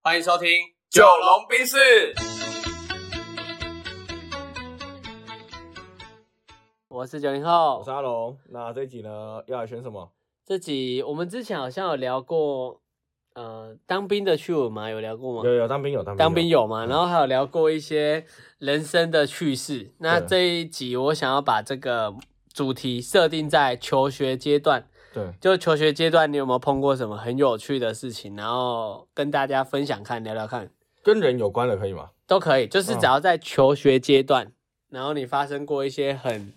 欢迎收听《九龙冰室，我是九零后我是。阿龙。那这一集呢，要来选什么？这集我们之前好像有聊过，呃，当兵的趣闻嘛，有聊过吗有？有嗯当兵有当兵当兵有嘛？然后还有聊过一些人生的趣事。那对这一集我想要把这个主题设定在求学阶段，对，就求学阶段你有没有碰过什么很有趣的事情，然后跟大家分享看，聊聊看跟人有关的可以吗？都可以。就是嗯只要在求学阶段，然后你发生过一些很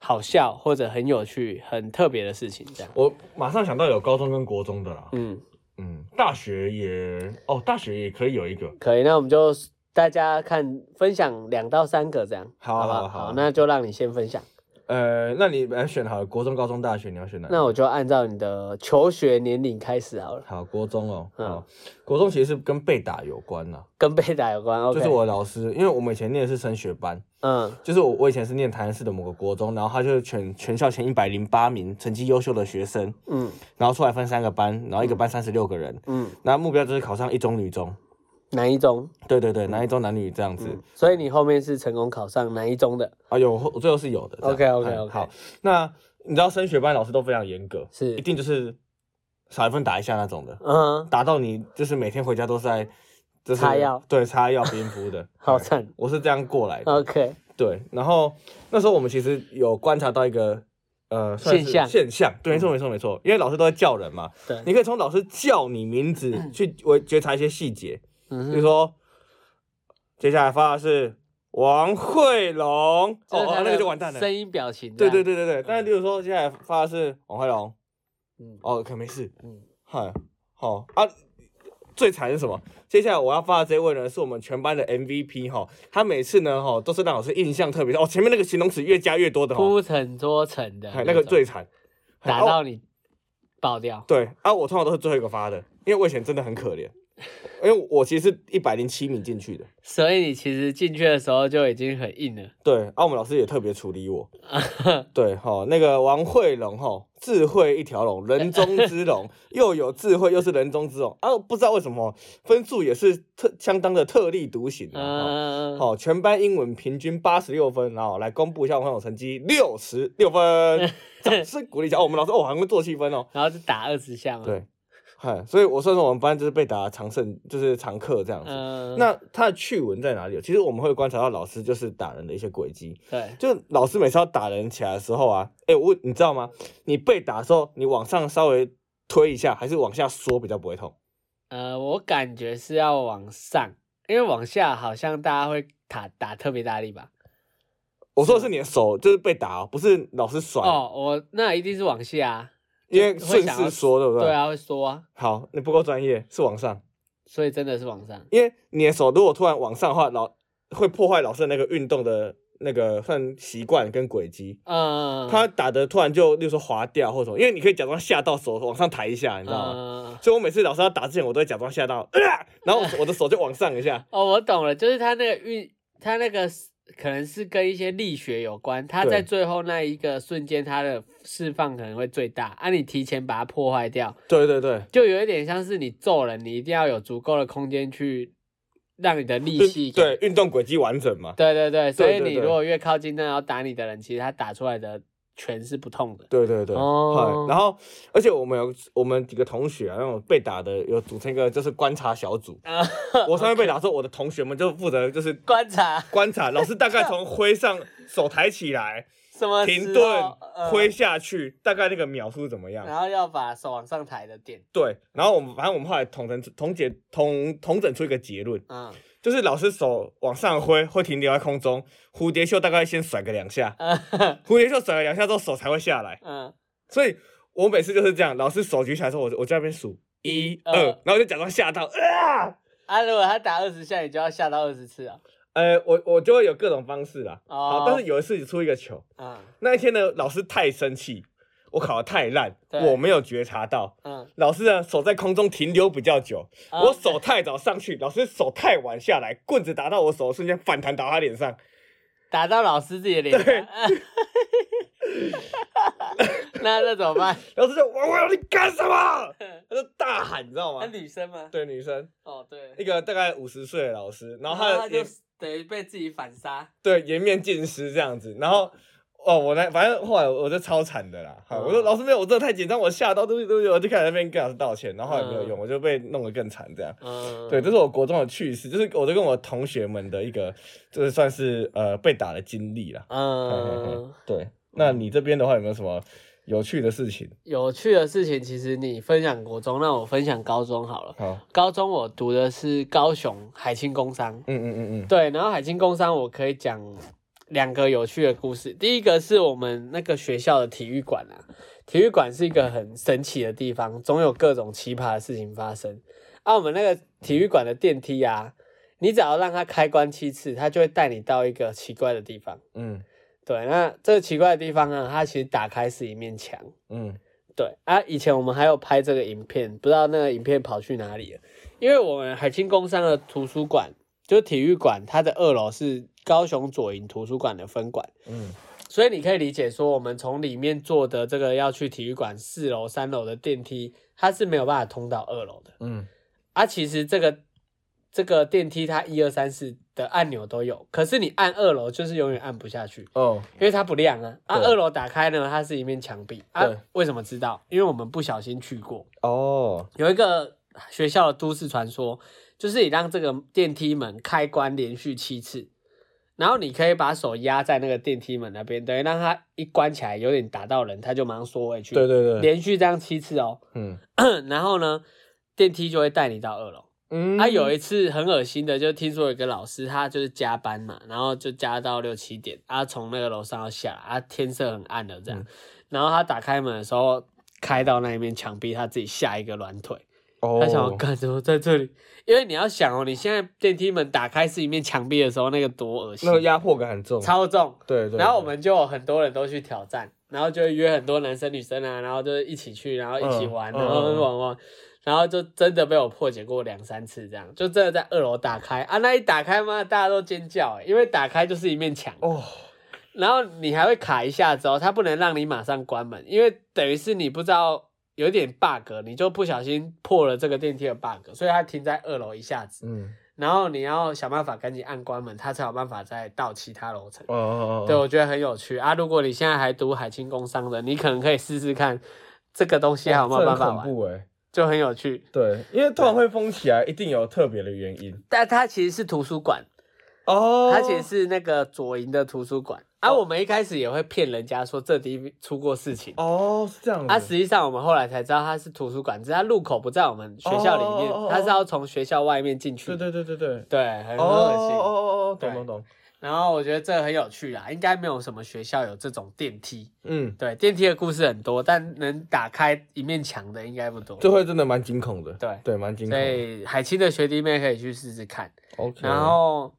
好笑或者很有趣、很特别的事情，这样。我马上想到有高中跟国中的啦。嗯，嗯，大学也哦，大学也可以有一个。可以，那我们就大家看分享两到三个这样，好啊不好好？啊好啊好，那就让你先分享，呃，那你来选好了，国中、高中、大学，你要选哪一个？那我就按照你的求学年龄开始好了， 好国中哦，嗯好，国中其实是跟被打有关啦，跟被打有关。OK，就是我老师，因为我们以前念的是升学班，嗯就是我我以前是念台南市的某个国中，然后他就是全全校前一百零八名成绩优秀的学生，嗯然后出来分三个班，然后一个班三十六个人，嗯，那目标就是考上一中、女中。南一中，对对对，嗯男一中男女这样子。所以你后面是成功考上南一中的，啊，有我最后是有的。这样 OK，OK，OK 嗯好，那你知道升学班老师都非常严格，是一定就是少一份打一下那种的，嗯，打到你就是每天回家都是在就是擦药，对，擦药冰敷的。 好对惨我是这样过来的。 ，OK，对，然后那时候我们其实有观察到一个。呃，算是现象嗯现象，对，没错，没错，没错，因为老师都在叫人嘛，对，你可以从老师叫你名字去我觉察一些细节，嗯比如哼，说，接下来发的是王慧龙，哦，这是哦他那的个就完蛋了。声音表情，对对，对对对，但是例如说，接下来发的是王慧龙，嗯哦，可没事，嗯嗨，好啊。最惨是什么？接下来我要发的这位呢，是我们全班的 MVP 哈，他每次呢哈都是让老师印象特别深哦。前面那个形容词越加越多的哈，铺陈桌陈的嗨，哦那那个种最惨，嗨打啊到你爆掉，对啊，我通常都是最后一个发的，因为我以前真的很可怜，因为我其实是一百零七米进去的，所以你其实进去的时候就已经很硬了，对，啊，我们老师也特别处理我。对，哈、那个王慧龙，哈、智慧一条龙，人中之龙，又有智慧，又是人中之龙啊！不知道为什么分数也是特相当的特立独行的、啊。嗯，好、全班英文平均八十六分，然后来公布一下我朋友成绩，六十六分，掌声鼓励一下。哦，我们老师哦还会做气氛哦，然后就打二十啊下嘛。，对，嗨，所以我算是我们班就是被打常胜，就是常客这样子。嗯，那他的趣闻在哪里？其实我们会观察到老师就是打人的一些轨迹，对，就老师每次要打人起来的时候啊，哎、我你知道吗？你被打的时候，你往上稍微推一下，还是往下缩比较不会痛？呃，我感觉是要往上，因为往下好像大家会打打特别大力吧。我说的是你的手，就是被打、哦，不是老师甩，哦，我那一定是往下啊，因为就会顺想要势缩，对不对？对。啊，会缩啊，好，你不够专业，是往上，所以真的是往上。因为你的手如果突然往上的话，老会破坏老师的那个运动的那个算习惯跟轨迹。嗯，他打的突然就，例如说滑掉或什么，因为你可以假装吓到手往上抬一下，你知道吗？嗯所以我每次老师要打之前，我都会假装吓到，呃然后我的手就往上一下。哦，我懂了，就是他那个运，他那个是可能是跟一些力学有关，他对在最后那一个瞬间，他的释放可能会最大，啊，你提前把它破坏掉，对对对，就有一点像是你揍人，你一定要有足够的空间去让你的力运气给对运动轨迹完整嘛。对对对，所以对对你对如果越靠近那要打你的人，其实他打出来的拳是不痛的。对对对，哦嗨然后而且我们有我们几个同学啊，那种被打的有组成一个就是观察小 组。啊，我上面被打之后，我的同学们就负责就是观察观察，老师大概从挥 上手抬起来、什么时候停顿、呃挥下去，大概那个秒数怎么样？然后要把手往上抬的点，对，然后我们反正我们后来统整统结统统整出一个结论，嗯， 就是老师手往上挥会停留在空中，蝴蝶袖大概先甩个两下，嗯蝴蝶袖甩了两下之后手才会下来。嗯，所以我每次就是这样，老师手举起来的时候，我就我就在那边数一一二二，然后就假装吓到啊，啊，如果他打二十下，你就要下到二十次啊，呃，我我就会有各种方式啦。哦好，但是有一次出一个球，嗯那一天呢，老师太生气，我考的太烂，对我没有觉察到。嗯，老师呢，手在空中停留比较久，啊我手太早上去，老师手太晚下来，棍子打到我手，瞬间反弹打他脸上。打到老师自己的脸上，啊 那那怎 么办？然后他就我我要你干什 么？他就大喊，你知道那吗？女生吗？对，女生哦，对，一个大概五十岁的老师，然后啊他他就也等于被自己反杀。对颜面尽失这样子，然后。哦，我那反正后来我就超惨的啦，好我说嗯老师没有，我真的太紧张，我吓到，对不起，对不起，我就开始在那边跟老师道歉，然后后来没有嗯用，我就被弄得更惨这样。嗯，对，这是我国中的趣事，就是我就跟我同学们的一个，就是算是呃被打的经历啦。嘿嘿嘿嗯，对，那你这边的话有没有什么有趣的事情？有趣的事情，其实你分享国中，那我分享高中好了。好，高中我读的是高雄海清工商，嗯嗯嗯嗯，对，然后海清工商我可以讲两个有趣的故事。第一个是我们那个学校的体育馆啊，体育馆是一个很神奇的地方，总有各种奇葩的事情发生。啊，我们那个体育馆的电梯啊，你只要让它开关七次，它就会带你到一个奇怪的地方。嗯对，那这个奇怪的地方呢，它其实打开是一面墙。嗯对啊，以前我们还有拍这个影片，不知道那个影片跑去哪里了。因为我们海清工商的图书馆，就是体育馆，它的二楼是高雄左营图书馆的分馆，嗯所以你可以理解说，我们从里面坐的这个要去体育馆四楼、三楼的电梯，它是没有办法通到二楼的。嗯啊，其实这个这个电梯它一二三四的按钮都有，可是你按二楼就是永远按不下去。哦，因为它不亮啊。啊，对二楼打开呢，它是一面墙壁啊对。为什么知道？因为我们不小心去过。哦，有一个学校的都市传说，就是你让这个电梯门开关连续七次，然后你可以把手压在那个电梯门那边，等于让它一关起来，有点打到人，它就马上缩回去。对对对，连续这样七次哦， 嗯然后呢，电梯就会带你到二楼。嗯他、啊有一次很恶心的，就听说有一个老师，他就是加班嘛，然后就加到六七点，啊，从那个楼上要下来，啊，天色很暗了嗯这样，然后他打开门的时候，开到那一面墙壁，他自己吓一个软腿，哦，他想要干什么在这里？因为你要想哦，你现在电梯门打开是一面墙壁的时候，那个多恶心那，个压迫感很重，超重，对对，然后我们就有很多人都去挑战，然后就会约很多男生女生啊，然后就是一起去，然后一起嗯玩，嗯然后嗯嗯玩玩，然后就真的被我破解过两三次，这样就真的在二楼打开啊，那一打开嘛，大家都尖叫、欸，因为打开就是一面墙，哦，然后你还会卡一下之后，它不能让你马上关门，因为等于是你不知道有点 bug，你就不小心破了这个电梯的 bug，所以它停在二楼一下子，嗯然后你要想办法赶紧按关门，它才有办法再到其他楼层。哦哦哦，对，我觉得很有趣啊！如果你现在还读海清工商的，你可能可以试试看这个东西还有没有办法这很玩，恐怖哎。就很有趣。对，因为突然会封起来，一定有特别的原因但它其实是图书馆，哦。它其实是那个左营的图书馆。啊，哦我们一开始也会骗人家说这地出过事情，哦，是这样子。啊，实际上我们后来才知道它是图书馆，只是它入口不在我们学校里哦哦哦面哦，它是要从学校外面进去对的。对对对对。对，很哦恶哦心。哦哦，对懂懂懂。然后我觉得这很有趣啦，应该没有什么学校有这种电梯。嗯，对，电梯的故事很多，但能打开一面墙的应该不多。这会真的蛮惊恐的。对对，蛮惊恐所的。以海清的学弟妹可以去试试看。 OK。然后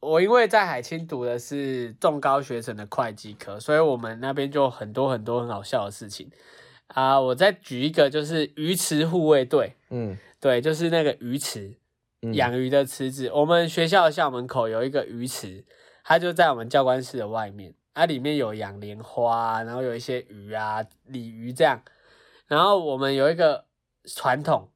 我因为在海清读的是重高学程的会计科，所以我们那边就很多很多很好笑的事情啊、我再举一个，就是鱼池护卫队，嗯，对，就是那个鱼池嗯养鱼的池子。我们学校的校门口有一个鱼池，它就在我们教官室的外面，它里面有养莲花啊、然后有一些鱼啊、鲤鱼这样。然后我们有一个传统，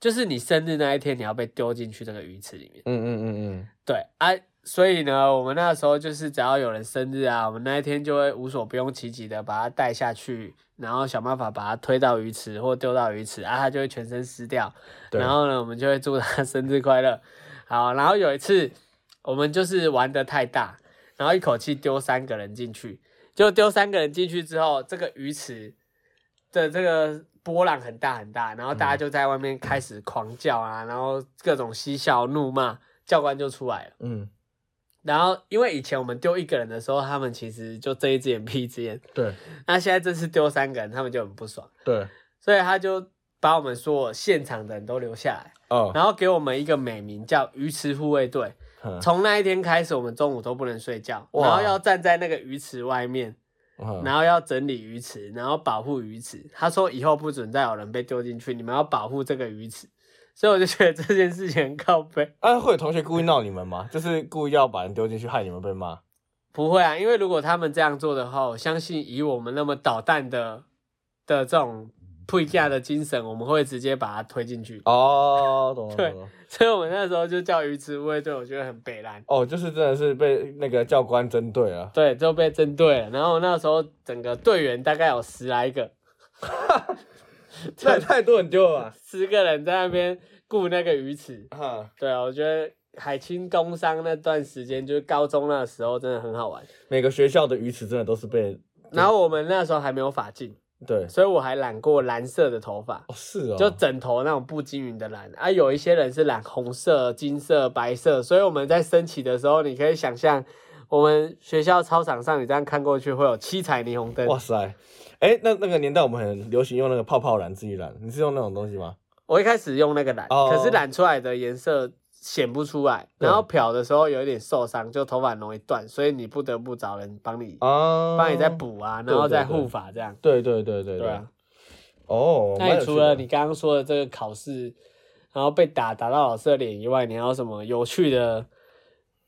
就是你生日那一天你要被丢进去这个鱼池里面。嗯嗯嗯对啊，所以呢，我们那时候就是只要有人生日啊，我们那一天就会无所不用其极的把它带下去，然后想办法把它推到鱼池或丢到鱼池啊，它就会全身湿掉。嗯，对然后呢，我们就会祝他 生日快乐。好，然后有一次我们就是玩的太大，然后一口气丢三个人进去，就丢三个人进去之后，这个鱼池的这个波浪很大很大，然后大家就在外面开始狂叫啊，然后各种嬉笑怒骂，教官就出来了。嗯然后因为以前我们丢一个人的时候，他们其实就睁一只眼闭一只眼，对那现在这次丢三个人，他们就很不爽，对所以他就把我们所有现场的人都留下来。哦，然后给我们一个美名叫“鱼池护卫队”。嗯从那一天开始，我们中午都不能睡觉，哇然后要站在那个鱼池外面，嗯然后要整理鱼池，然后保护鱼池。他说以后不准再有人被丢进去，你们要保护这个鱼池。所以我就觉得这件事情很靠背。啊，会有同学故意闹你们吗？就是故意要把人丢进去，害你们被骂。不会啊，因为如果他们这样做的话，我相信以我们那么捣蛋的的这种配价的精神，我们会直接把它推进去。 哦，懂了对懂了。所以我们那时候就叫鱼吃乌龟队，我觉得很北蓝。哦，就是真的是被那个教官针对啊。对，就被针对了。然后那时候整个队员大概有十来个， 那也太多人丢了吧？十个人在那边顾那个鱼池。 哈，对啊，我觉得海清工商那段时间，就是高中那时候，真的很好玩。每个学校的鱼池真的都是被然后我们那时候还没有发髻，对所以我还染过蓝色的头发，哦是哦，就整头那种不均匀的蓝。啊，有一些人是染红色、金色、白色，所以我们在升旗的时候，你可以想象。我们学校操场上，你这样看过去会有七彩霓虹灯。哇塞，哎，那那个年代我们很流行用那个泡泡染自己染，你是用那种东西吗？我一开始用那个染，哦可是染出来的颜色显不出来，对然后漂的时候有一点受伤，就头发容易断，所以你不得不找人帮你啊，帮你再。补啊，对然后再对对护发这样。对对对对对啊，，哦，那蛮有你趣除的了你刚刚说的这个考试，然后被打打到老师的脸以外，你还有什么有趣的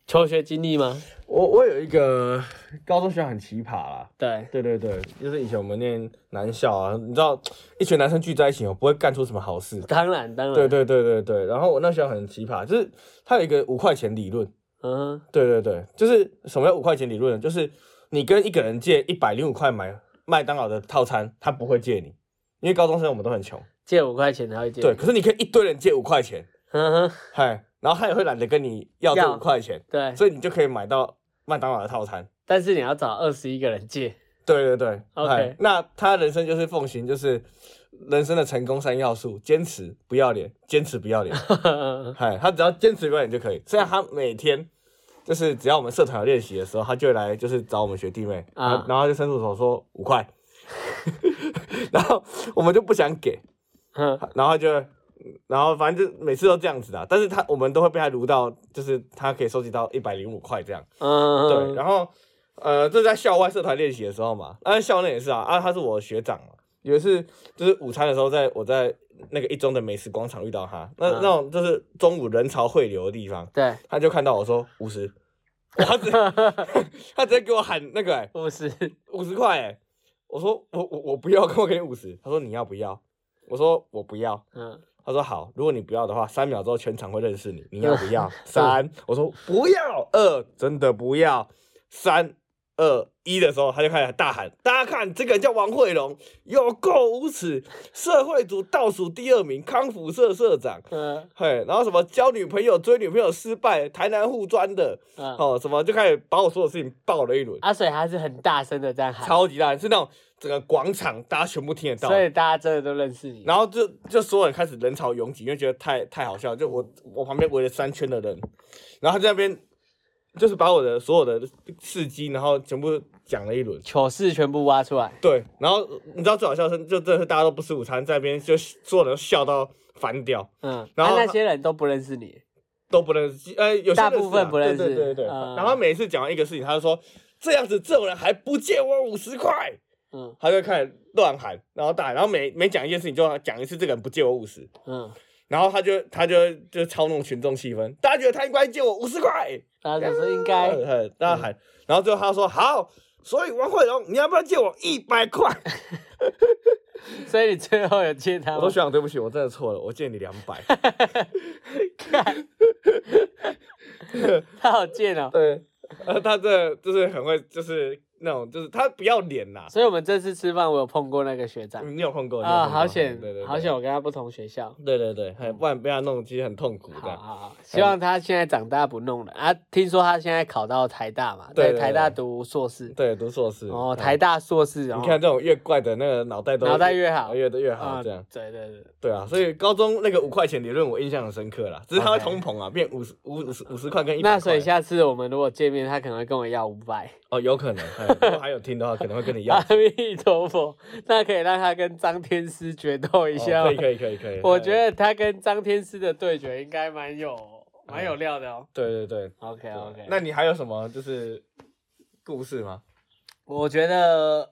求学经历吗？我我有一个高中学校很奇葩啦，对，对对对，就是以前我们念男校啊，你知道一群男生聚在一起哦，不会干出什么好事。当然当然，对，对对对对，然后我那时候很奇葩，就是它有一个五块钱理论，嗯哼，对对对，就是什么叫五块钱理论呢？就是你跟一个人借一百零五块买麦当劳的套餐，他不会借你，因为高中生我们都很穷。借五块钱他会借，对，，可是你可以一堆人借五块钱，嗯哼，嗨，然后他也会懒得跟你要这要五块钱，对，所以你就可以买到麦当劳的套餐。但是你要找二十一个人借， 对对对 OK 嗨那他人生就是奉行就是人生的成功三要素：坚持、不要脸、坚持不要 脸。嗯嗨，他只要坚持不要脸就可以。虽然他每天就是只要我们社团有练习的时候，他就会来就是找我们学弟妹，啊啊、然后他就伸出手说五块， 然后我们就不想给，嗯然后他就然后反正就每次都这样子的，啊但是他我们都会被他撸到，就是他可以收集到一百零五块这样。嗯，对，然后呃，这是在校外社团练习的时候嘛，啊，校内也是啊，啊，他是我学长嘛，有一次就是午餐的时候在，我在那个一中的美食广场遇到他，那、嗯那种就是中午人潮汇流的地方，对，他就看到我说五十， 他直他直接给我喊那个 五十，五十块哎，我说我我我不要，跟我给你五十，他说你要不要？我说我不要，嗯。他说好，如果你不要的话，三秒之后全场会认识你，你要不要？三，我说不要，二，真的不要，三二一的时候，他就开始大喊，大家看，这个人叫王慧龙，有够无耻，社会组倒数第二名，康复社社长。嗯嘿，然后什么交女朋友、追女朋友失败，台南护专的，嗯，哦，什么就开始把我所有事情爆了一轮，阿水还是很大声的在喊，超级大，是那种整个广场大家全部听得到，所以大家真的都认识你。然后就就所有人开始人潮拥挤，因为觉得太太好笑了，就我我旁边围了三圈的人，然后他在那边就是把我的所有的事迹，然后全部讲了一轮。糗事全部挖出来，对，然后你知道最好笑的是，就真的是大家都不吃午餐，在那边就所有人都笑到翻掉，嗯，然后啊他那些人都不认识你，都不认识，呃，有些大认识部分啊不认对识对对对。嗯然后每次讲完一个事情，他就说这样子这种人还不借我五十块，嗯他就开始乱喊，然后大喊，然后每每讲一件事情就要讲一次这个人不借我五十，嗯，然后他就他就就操弄群众气氛，大家觉得他应该借我五十块，然后就说应该，呃呃大家喊，然后最后他说好，所以王慧龙你要不要借我一百块？所以你最后有借他 我吗说？学长对不起，我真的错了，我借你两百。看他好贱哦！ 对，呃，他这就是很会，就是那种就是他不要脸呐、所以我们这次吃饭，我有碰过那个学长嗯你有碰过你有啊，碰过好险对对，对好险，我跟他不同学校。对对对，很不然被他弄其实很痛苦这好样。好好，希望他现在长大不弄了啊！听说他现在考到台大嘛，对在对台大对读硕士，对，读硕士哦，嗯台大硕士，哦然你后看这种越怪的那个脑袋都脑袋越好越越啊，好这样。对对对，对啊，所以高中那个五块钱理论我印象很深刻啦，只是它会 OK 通膨啊，变五十五五十五十块跟一那百所块以。下次我们如果见面，他可能会跟我要五百。哦，有可能，哎如果还有听的话，可能会跟 你要。哦阿弥陀佛，那可以让他跟张天师决斗一下、哦可以可以可以可以。我哎觉，得他跟张天师的对决应该蛮有蛮有料的哦。对对对 OK 对 OK，那你还有什么就是故事吗？我觉得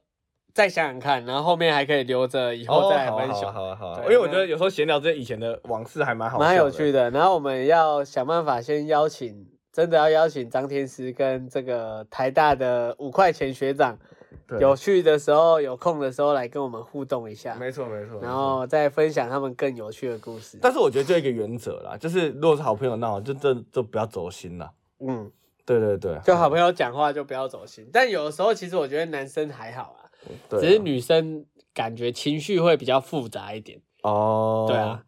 再想想看，然后后面还可以留着以后再来哦分享，好啊好啊好啊好啊对因为我那觉得有时候闲聊这些以前的往事还蛮好，蛮有趣的。的。然后我们要想办法先邀请真的要邀请张天师跟这个台大的五块钱学长，对有趣的时候、有空的时候来跟我们互动一下，没错没错。然后再分享他们更有趣的故事。但是我觉得就一个原则啦，就是如果是好朋友那种，就这就不要走心了。嗯，对对对，就好朋友讲话就不要走心，但有的时候其实我觉得男生还好啊，对啊只是女生感觉情绪会比较复杂一点。哦，对啊，，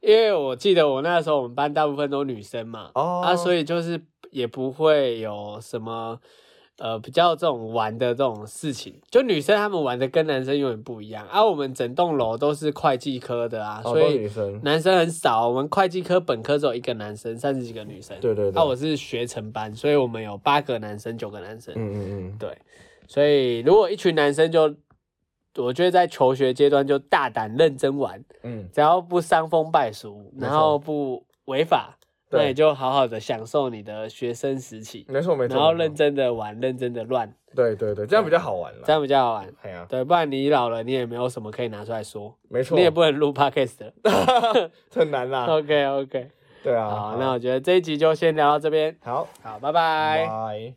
因为我记得我那时候我们班大部分都女生嘛，哦啊，所以就是也不会有什么呃比较这种玩的这种事情，就女生她们玩的跟男生永远不一样啊。我们整栋楼都是会计科的啊，哦所都以女生男生很少。我们会计科本科只有一个男生，三十几个女生。对对对啊，我是学成班，所以我们有八个男生，九个男生。嗯嗯嗯，对，所以如果一群男生就，我觉得在求学阶段就大胆认真玩，嗯，只要不伤风败俗，没错然后不违法，对那你就好好的享受你的学生时期，没错没错。然后没错认，真的玩，认真的乱，对对对，这样比较好玩了。这样比较好玩。哎呀，对，不然你老了，你也没有什么可以拿出来说，没错，你也不能录 podcast 了。很难 啦。 OK OK，对啊，好，那我觉得这一集就先聊到这边，好，好，拜拜。拜。